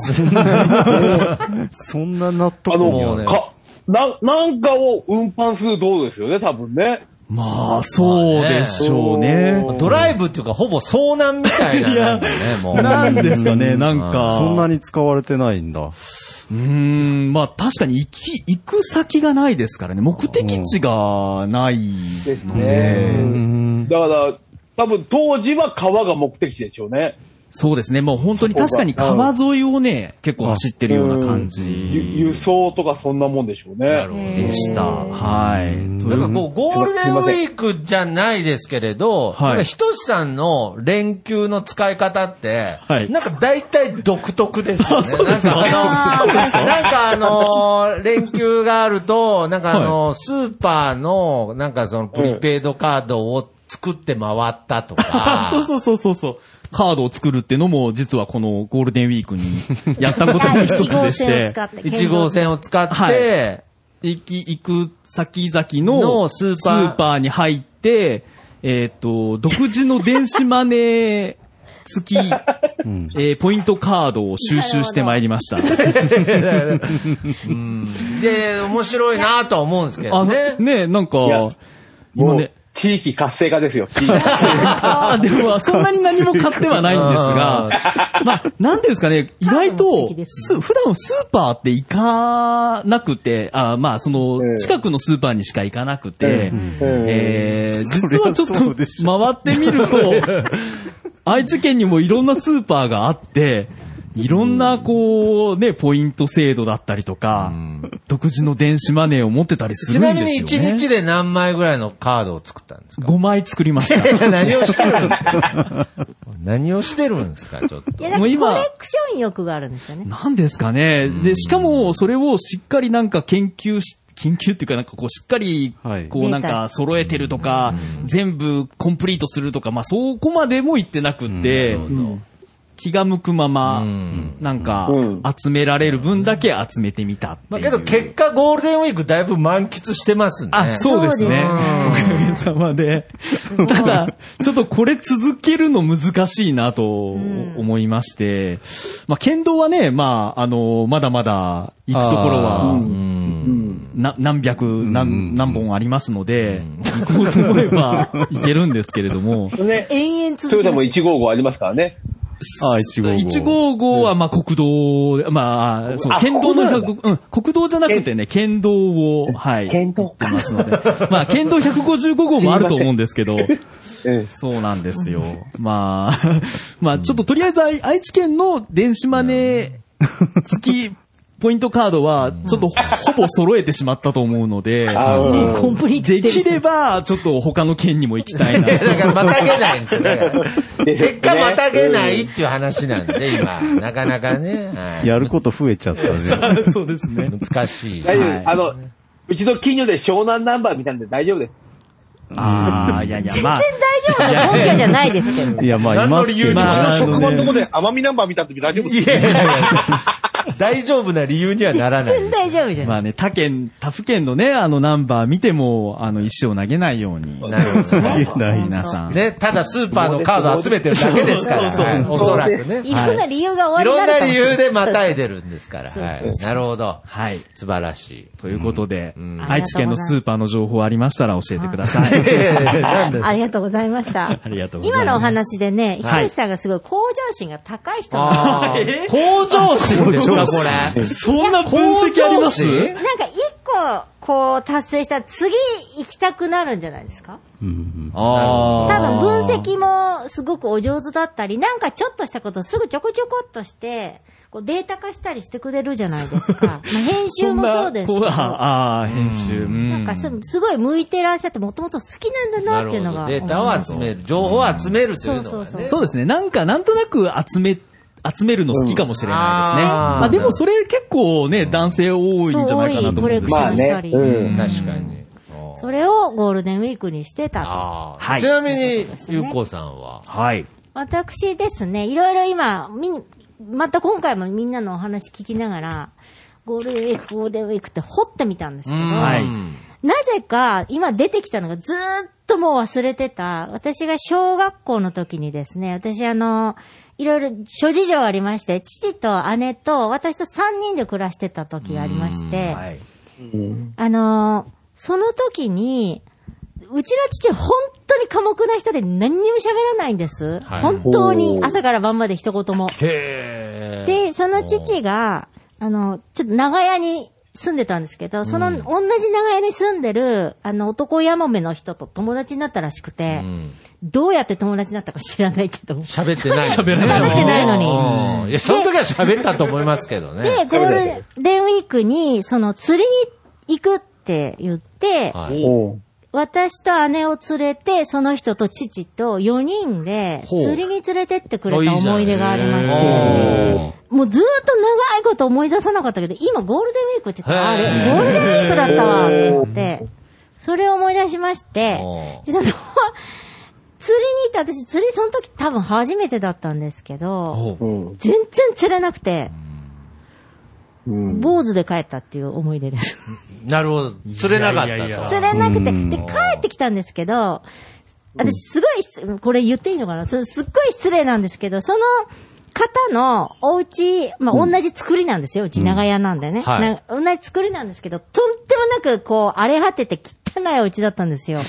D: そんな納
I: あ
D: 得には
I: の、
D: ね。
I: か、な、なんかを運搬する道路ですよね、多分ね。
H: まあ、そうでしょうね。
C: ドライブっていうか、ほぼ遭難みたいな。
H: いや
C: なんかね、もう。
H: なんですかね、なんか。
D: そんなに使われてないんだ。
H: うーん、まあ確かに行き、行く先がないですからね。目的地がない
I: です
H: ので、
I: ね。だから、多分当時は川が目的地でしょうね。
H: そうですね。もう本当に確かに川沿いをね、結構走ってるような感じ
I: ゆ輸送とかそんなもんでしょうね。
H: でした。はい。とい
C: なか
H: うん
C: こう、ゴールデンウィークじゃないですけれど、
H: はい
C: なんかひとしさんの連休の使い方って、
H: はい
C: なんか大体独特です よね。なんかあ
E: あ
C: の、
E: ー
C: なんかあのー、連休があると、なんかあのー、スーパーの、なんかそのプリペイドカードを作って回った とか。
H: そうそうそうそうそう。カードを作るってのも、実はこのゴールデンウィークにやったことの一つでし
E: 1号線を
H: て
E: 使、って。
C: 1号線を使って、
H: は 行き、行く先々
C: の
H: の
C: スーパー
H: に入って、えっ、と、独自の電子マネー 付き、えーポイントカードを収集してまいりま した。
C: で、面白いなとは思うんですけど
H: あ
C: ね。
H: の、ね、なん
I: や
H: か、今
I: もう
H: ね、、
I: 地域活性化ですよ。地域
H: あーでもまあそんなに何も買ってはないんですが、まあ、なんていうんですかね、意外
E: 多分素
H: と
E: 敵で、す
H: す普段スーパーって行かなくて、あーまあ、そ
I: ええ
H: の、近くのスーパーにしか行かなくて、えー実はちょっと
D: そりゃそう
H: 回
D: でし
H: ってみると、愛知県にもいろんなスーパーがあって、いろんな、こう、ね、ポイント制度だったりとか、独自の電子マネーを持ってたりす
C: ち
H: るん
C: な
H: です
C: み
H: よね。
C: に1日で何枚ぐらいのカードを作ったんですか
H: 5枚作りました。
C: いや何をしてるんですか何をしてるんですかちょっ
E: い
C: と。
E: や、だか
H: も
E: ら
H: う今
E: コレクション欲があるんですよね。
H: なんですかね。で、しかも、それをしっかりなんか研究し、研究っていうかなんかこうしっかり
D: はい、
H: こうなんか揃えてるとか、全部コンプリートするとか、まあそこまでも言ってなくって、気が向くまま、なんか
I: うん
H: 集められる分だけ集めてみたって
C: ま
H: い
C: あ
H: う。
C: けど結果ゴールデンウィークだいぶ満喫してますね。
H: あ、そうですね。おかげさまで。ただ、ちょっとこれ続けるの難しいなと思いまして、まあ、剣道はね、まあ、あの、まだまだ行くところ
D: あ
H: は、
D: ー
H: な何百何、何本ありますので、行こうと思えば行けるんですけれども、
I: ね。
E: 延々
I: ト
E: 続
I: ヨ
E: け
I: タも
E: ます。
I: 155ありますからね。
D: あ、155。
H: 155は、まあ、国道、まあ、その、
I: あ
H: 県道の、
I: 国
H: うん、国道じゃなくてね、県道を、はい。
I: 県道
H: 行ってますので。まあ、県道155号もあると思うんですけど、
I: ええ
H: そうなんですよ。まあ、 まあ、ちょっととりあえず、あい愛知県の電子マネー付き、ポイントカードは、ちょっとほぼ揃えてしまったと思うので、
I: あうん
E: コンプリート
H: で
E: して
H: き
E: る。
H: れば、ちょっと他の県にも行き たいなと
C: いやだからまたげないんですよ。だから
I: ですよね
C: 結果またげないっていう話なんで、今。なかなかね。はい
D: やること増えちゃったね。
H: そうですね。
C: 難しい。
I: 大丈夫です。あの、うちの近所で湘南ナンバー見たんで大丈夫です。
H: ああ、いやいや、まあ。
E: 大丈夫な根拠じゃないですけど。
D: いや、まあ、いますけど。
H: 何の理由に
F: う。う
H: し
F: ち
H: ま
F: の
H: あ
F: 職場のとこで奄美ナンバー見たとき大丈夫です
C: いやいやいや大丈夫な理由にはならない。
E: 全然大丈夫じゃ
H: ま
E: ない。
H: あね、他県、他府県のね、あのナンバー見ても、あの、石を投げないように。
C: なるほどね。
D: いない
H: 皆さん。
C: ね、ただスーパーのカード集めてるだけですから、
H: そうそう
C: はいおそらくね。
E: いろんな理由が
C: い
E: 終わ
C: ろ
E: りに
C: ん
E: な
C: な
E: るかも
C: 理
E: しれない
C: 由でまたいでるんですか
E: そ
C: ら。
E: うそう
C: は
E: そう
C: い。なるほど。
H: はい。
C: 素晴らしい。
H: ということで、
C: ん
H: 愛知県のスーパーの情報ありましたら教えてくださ
C: いやい
H: い。
C: やいやなんで
E: ありがとうございました。
H: ありがとうございます
E: 今のお話でね、ひと
H: はい
E: しさんがすごい向上心が高い人なん
C: あー向上心ですか、これ。
H: そんな分析あり ます
C: 向上心
E: ですなんか一個、こう、達成したら次行きたくなるんじゃないですか
H: あ
E: 多分分
H: ー
E: 析もすごくお上手だったり、なんかちょっとしたことすぐちょこちょこっとして、こうデータ化したりしてくれるじゃないです か。まあ編集もそうですけ
H: そん
E: ど。
H: なこうああ、編集。うん
E: なんかすすごい向いてらっしゃって、もともと好きなんだなっていうのが。
C: データを集める。情報を集めるというの
E: そう
C: が
E: そう
C: ね。
H: そうですね。なんか、なんとなく集め、集めるの好きかもしれないですね。
C: うんあー
H: まあでもそれ結構ね、男性多いんじゃないかなと思うんです
E: そう多いコ
H: よ
E: レクションしたり
I: まあね
H: うん
C: 確かに。あー
E: それをゴールデンウィークにしてたと。
C: あー
H: はい
C: ちなみに
E: そうです、ね
C: ゆうこさんは。
H: はい。
E: 私ですね、いろいろ今、みん、また今回もみんなのお話聞きながら、ゴールデンウィーク、ゴールデンウィークって掘ってみたんですけど、
H: は
C: う
H: い
C: ん
E: なぜか今出てきたのがずーっともう忘れてた、私が小学校の時にですね、私あの、いろいろ諸事情ありまして、父と姉と私と3人で暮らしてた時がありまして、
H: はい。
E: あのーその時に、うちの父、本当に寡黙な人で何にも喋らないんです。
C: はい
E: 本当に朝から晩まで一言も。
C: へえ。
E: で、その父が、あの、ちょっと長屋に住んでたんですけど、その、同じ長屋に住んでる、あの、男ヤモメの人と友達になったらしく
C: う
E: て、
C: ん
E: どうやって友達になったか知らないけど。
C: 喋ってない。
H: 喋らない
E: 喋ってないのに
C: うんいや、その時は喋ったと思いますけど
E: で、
C: ね。
E: ゴールデンウィークに、その、釣りに行くって言って、
C: はい。
B: お
E: 私と姉を連れて、その人と父と4人で、
C: ほう
E: 釣りに連れてってくれた思い出がありまして。
C: おー
E: もうずーっと長いこと思い出さなかったけど、今ゴールデンウィークって言ったら、あれ、
C: へ
E: ゴー
C: ー
E: ルデンウィークだったわ、と思って、それを思い出しまして、
C: お
E: その、釣りに行って、私釣りその時多分初めてだったんですけど、
B: うん。
E: 全然釣れなくて、
B: うん。
E: 坊主で帰ったっていう思い出です。
C: なるほど。釣れなかった
H: いやいやいや
C: と。
E: 釣れなくて、
D: うん
E: で、帰ってきたんですけど、私すごい失、これ言っていいのかなすすっごい失礼なんですけど、その方のお家、まあ、同じ作りなんですよ。うち長屋なんでね、
C: はい
E: な同じ作りなんですけど、とんでもなく、こう、荒れ果てて汚いお家だったんですよ。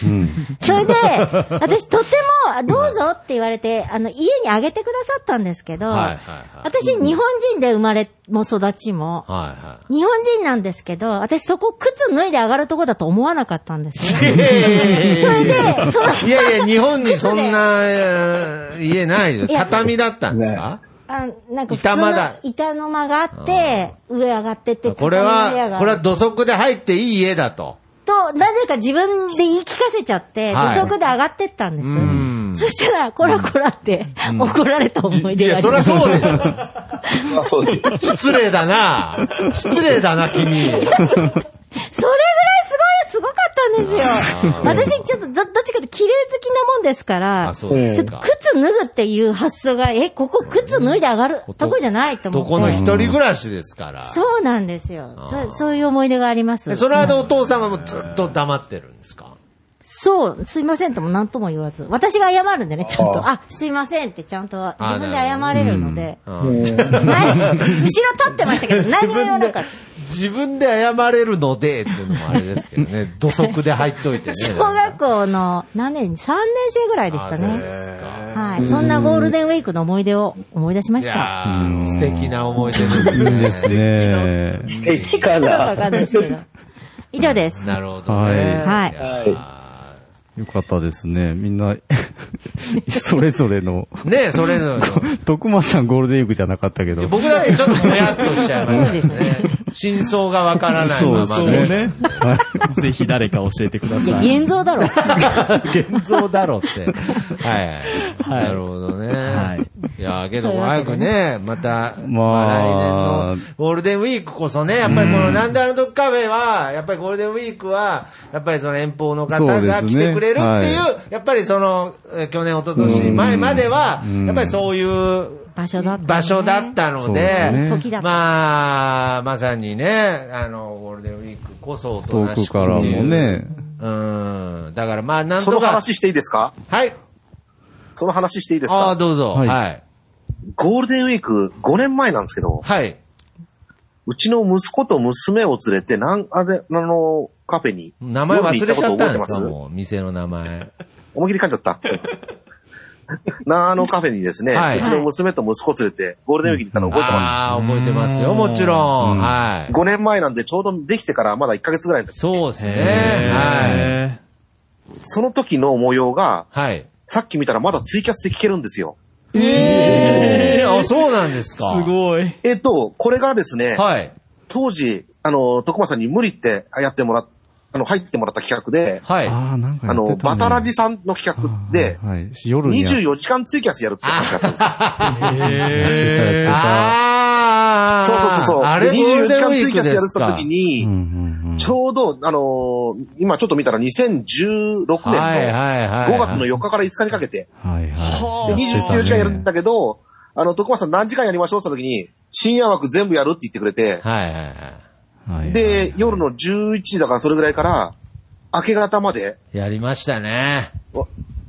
E: それで、私とても、あどうぞって言われて、あの、家にあげてくださったんですけど、
C: はいはいはい。
E: 私、日本人で生まれも育ちも、
C: はいはい。
E: 日本人なんですけど、私そこ靴脱いで上がるとこだと思わなかったんですよ。 それで、その、
C: いやいや、日本にそんな、えー家ないです。畳だったんですか
E: あなんか普
C: 板
E: 通
C: 間
E: の
C: だ
E: 板の間があって、上上がってって、
C: これ
E: 畳の上
C: は、
E: が
C: これは土足で入っていい家だと。
E: と、なぜか自分で言い聞かせちゃって、
C: はい
E: 土足で上がってったんです。
C: ん
E: そしたら、こらこらって、 怒られた思い
C: い
E: 出があ
C: や、
E: り
C: そり
E: ま
C: ゃ
E: す。
C: そうでしょ。
I: まあそうです。
C: 失礼だな。失礼だな、君。
E: それぐらいすごい、すごかったんです よ。私、ちょっとど、どっちかって綺麗好きなもんですから、
C: あ、そうで
E: ち
C: す
E: ょっと
C: か。
E: 靴脱ぐっていう発想が、え、ここ靴脱いで上がるとこじゃないと思って。
C: 男の一人暮らしですから。
E: そうなんですよ。そそういう思い出があります。
C: でその間お父様もずっと黙ってるんですか
E: そう、すいませんとも何とも言わず。私が謝るんでね、ちゃんと。あ、すいませんってちゃんと自分で謝れるので。
C: うん
E: はい後ろ立ってましたけど、何も言わなかっ
C: 自分で謝れるのでっていうのもあれですけどね。土足で入っといてね。
E: た。小学校の何年、3年生ぐらいでした
C: あそうで
E: ね。
C: すか
E: はい。そんなゴールデンウィークの思い出を思い出しま
C: い
E: した。
C: やー素敵な思い出ですね。
D: ですね。
E: 素敵かどうかわかんないですけど。 以上です。
C: なるほどね。
E: はい
C: や
D: よかったですね。みんな、 それぞれの、
C: ーねえ、それぞれの。
D: 徳松さんゴールデンウィークじゃなかったけど。
C: 僕だけちょっともやっとしちゃいましたね。真相がわからない
D: そう
C: ま
D: で
C: ますね。
D: ね。
H: ぜひ誰か教えてくだ
E: いや、
H: さい。
E: 現像だろ。
C: 現像だ ろって。はいはい。
H: はい
C: なるほどね。
H: はい
C: い。や、けど早くね、また、ま
D: ま
C: あ
D: あ
C: 来年のゴールデンウィークこそね、やっぱりこのなんであの時カフェは、やっぱりゴールデンウィークは、やっぱりその遠方の方
D: そうで
C: が
D: すね
C: 来てくれるっていう、
D: は
C: やっぱりその、えー去年、一昨年前までは、やっぱりそういう、
E: 場所だったね
C: 場所だったの
D: そう
C: で、
D: ですね
E: 時だった。
C: まあ、まさにね、あの、ゴールデンウィークこそおと
D: 遠
C: なし
D: く
C: くっ
D: から
C: ていう
D: も。ね。
C: うん。だからまあ、なん
F: そ
C: と
F: の
C: か。
F: 話していいですか
C: はい。
F: その話していいです
C: ああ、
F: か
C: どうぞ。は。
D: はいい
C: はい。
F: ゴールデンウィーク5年前なんですけど、うちの息子と娘を連れて、なん、あれ、あの、カフェに。
C: 名前忘れちゃったん
F: 飲みに行
C: で
F: こ
C: すか
F: と覚えてま
C: もう、店の名前。
F: 思いっきり噛んじゃった。 なあのカフェにですね、
C: はいう
F: ちの娘と息子連れて、ゴールデンウィークに行ったの覚えてます。
C: ああ、覚えてますよ。もちろん。はい。
F: 5年前なんでちょうどできてからまだ1ヶ月ぐらいの時
C: そうですね。はい。
H: へ
F: その時の模様が、
C: はい。
F: さっき見たらまだツイキャスで聞けるんですよ。
C: ええー、あ、そうなんですか。
H: ーすごい。
F: えっと、これがですね、
C: はい。
F: 当時、あの、徳間さんに無理ってやってもらっ、あの、入ってもらった企画で、
C: はい。
D: ああ、なんかやってた
F: あ
D: ね
F: の、バタラジさんの企画で、
D: あーはい、夜にやって
F: 24時間ツイキャスやるって話だったんですよ。
H: へー
C: ああ。
F: そうそうそうそう。
C: あれ、
F: で
C: ゴー
F: 24
C: ルデ
F: 時
C: ンウ
F: 間ツ
C: ィ
F: イ
C: ー
F: キ
C: ク
F: ャス
C: で
F: やるっ
C: す
F: て
C: か。
F: 時に、ちょうど、あのー今ちょっと見たら2016年の
C: はいはいはい。
F: 5月の4日から5日にかけて、
D: はい
F: で
D: はい。
F: 24時間やるんだけど、あの、徳間さん何時間やりましょうって言った時に、深夜枠全部やるって言ってくれて、
C: はいはいはい。
D: はいはい
F: で、夜の11時だからそれぐらいから、明け方まで
C: やりましたね。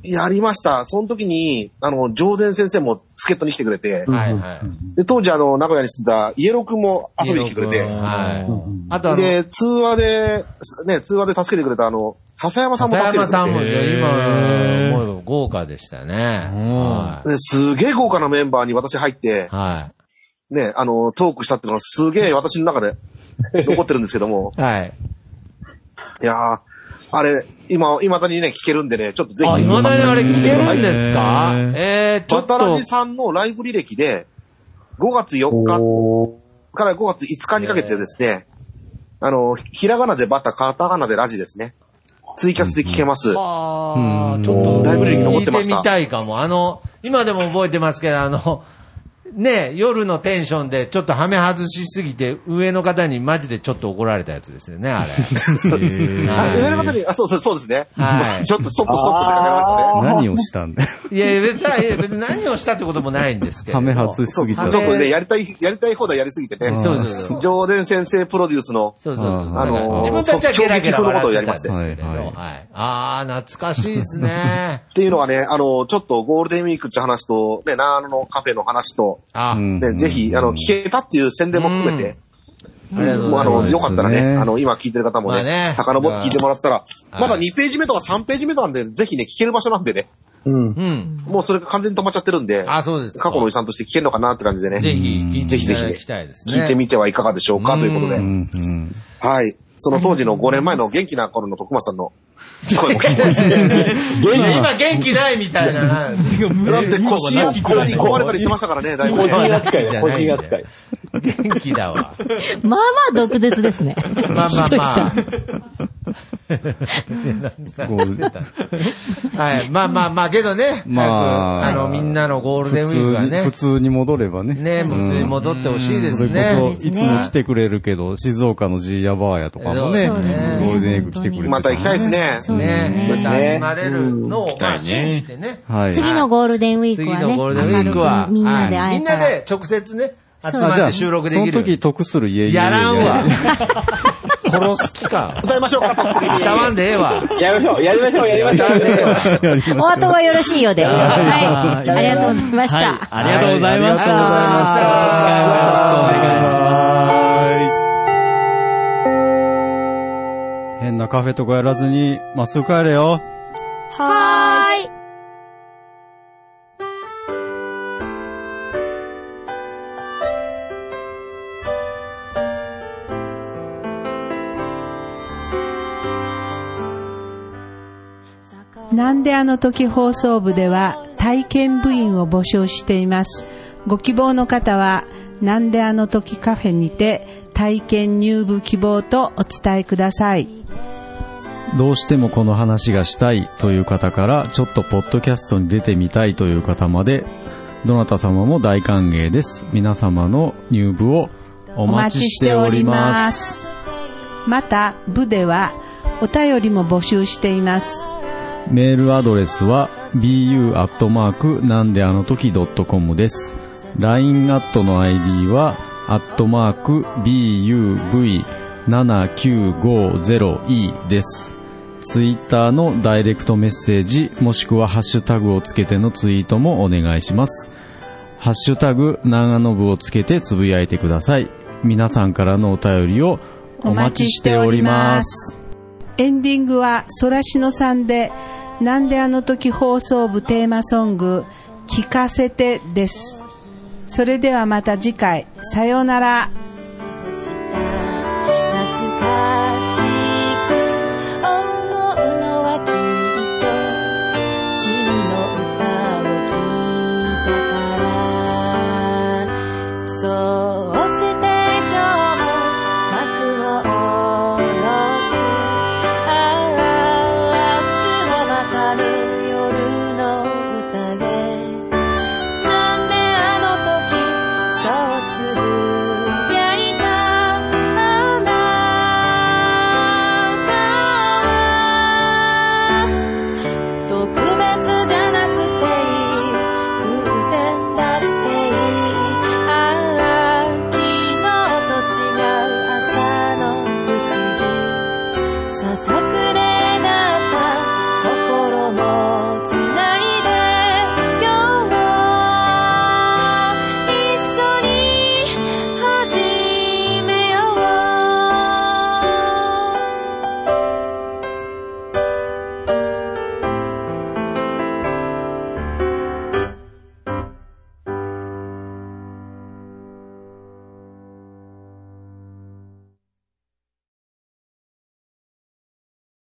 F: やりました。その時に、あの、上前先生も助っ人に来てくれて、
C: はいはい。
F: で、当時あの、名古屋に住んだイエロー君も遊びに来てくれて、
C: はい。あとあの、
F: で、通話で、ね、通話で助けてくれたあの、笹山さんも
C: 笹
F: 助けて
C: 山
F: くれ
C: さんも
F: て、
C: ね、
H: へー
C: 今、もう豪華でしたね。は
F: ですげえ豪華なメンバーに私入って
C: い。、は
F: ね、あの、トークしたっていうのがすげえ私の中で残ってるんですけども、
C: い。はい。
F: いやー、あれ、今、未だにね、聞けるんでね、ちょっとぜ
C: あ、
F: ひ、
C: いまだにあれ聞けるんですか
H: へー
C: えー、ちょ
F: 渡
C: っと。
F: 良ジさんのライブ履歴で、5月4日から5月5日にかけてですね、あの、ひらがなでバタ、カタカナでラジですね。ツイキャスで聞けます。
C: あ
D: う
C: あ、
D: ん
C: ちょっと、
F: ライブリーに残ってました
C: 聞いてみたいかも。あの、今でも覚えてますけど、あの、ね、夜のテンションでちょっとハメ外しすぎて、上の方にマジでちょっと怒られたやつですよね、あれ。は
F: あ、上の方に、あ、そうそうそうですね。
C: はい
F: ちょっとストップストップってかけられましたね。
D: 何をしたんだよ。
C: い。いや、別にいや、別に何をしたってこともないんですけど。
D: はめ外しすぎち
F: そ
D: ゃ
F: う
D: っ
F: ち
D: た
F: ょっ。とね、やりたい、やりたい放題やりすぎてね。
C: そうそうそう。
F: 上田先生プロデュースの、
C: そうそうそう。
D: あのー
C: 自分たちはゲラゲラ
F: 即興劇風の
C: 笑
F: ことを
C: っ
F: や
C: て
F: り
C: たんで
F: まし
C: す
F: て。
C: けれど。
D: はいは
C: は
D: い
C: い。あー、懐かしいですね
F: っていうのがね、あの、ちょっとゴールデンウィークって話と、ね、長野のカフェの話と、
C: あ、
D: うん
F: ね、ぜひ、あの、聞けたっていう宣伝も含めて、
C: ありがとうご
F: もう
C: ざ
F: あ
C: いま
F: の、
C: す。
F: よかったら
D: そうで
F: ね、
D: すね
F: あの、今聞いてる方も
C: まあ
F: ね、
C: ね
F: 遡って聞いてもらったら、
C: はい
F: まだ2ページ目とか3ページ目とかなんで、ぜひね、聞ける場所なんでね、
B: うん。
C: うん。
F: もうそれが完全に止まっちゃってるんで、
C: あ、そうですか。
F: 過去の遺産として聞けるのかなって感じでね、
C: ぜひ聞いて
F: ぜ
C: い
F: ひ
C: た
F: ぜひ
C: だ
F: ね
C: きたいですね。
F: 聞いてみてはいかがでしょうかということ
C: う
F: で、
D: うんうん
F: はい。その当時の5年前の元気な頃の徳松さんの声も 聞いて、
C: 今元気ないみたい な。
F: だって腰やったり壊れたりしてましたからね、だいぶ
I: 個
F: ね。
I: 人扱いだ、個人扱い。
C: 元気だわ。
E: まあまあ毒舌ですね。
C: まあまあまあ
E: ひとし。
D: ゴールデン
C: はい。まあまあまあ、けどね。
D: まあ
C: 早くあの、みんなのゴールデンウィークはね
D: 普通に、普。通に戻ればね。
C: ね、普通に戻ってほしいで
D: そ
C: す
D: れこ
C: ね。
D: そ、いつも来てくれるけど、静岡のジーヤバーヤとかもね、
C: そうで
D: ゴ
C: すね
D: ールデンウィーク来てくれて。
F: また行きたいですね。
E: そうですね
C: ね、また集まれるのを、
G: ん
C: まあ、
G: 行きたいね
C: 信じてね。
D: はい。
E: 次のゴールデンウィーク
C: 次
E: はね、
C: のゴールデンウィーク
E: 明る
C: は、
E: くみんなで
C: はい
E: 会え
C: みん
E: た
C: な
E: ら。
C: で直接ね、集ま
D: あじ
C: っ
D: ゃあ
C: て収録でき
D: その時
C: る。
D: 得する家
C: やらんわ。
D: 殺す気か。
F: 歌いましょうか、さっき
C: 歌わんでええわ。
I: やりましょう、やりまし ょう、やりまし
C: 歌
I: ょ
C: わんでええ
I: う。
C: わ。
E: お後がよろしいようで。はい。ありがとうございました。
H: はい、ありがとうございました。
C: は
H: よろしくお願いします。
D: 変なカフェとかやらずに、まっすぐ帰れよ。
J: なんであの時放送部では体験部員を募集しています。ご希望の方は、なんであの時カフェにて体験入部希望とお伝えください。
D: どうしてもこの話がしたいという方から、ちょっとポッドキャストに出てみたいという方まで、どなた様も大歓迎です。皆様の入部をお待ちしております。
J: す。また、部ではお便りも募集しています。
D: メールアドレスは bu アットマークなんであの時 .com です。LINE アットの ID はアットマーク buv7950e です。ツイッターのダイレクトメッセージもしくはハッシュタグをつけてのツイートもお願いします。ハッシュタグ長野部をつけてつぶやいてください。皆さんからのお便りをお待ちしております。
J: エンディングはソラシノさんで、なんであの時放送部テーマソング、聞かせてです。それではまた次回、さようなら。
K: した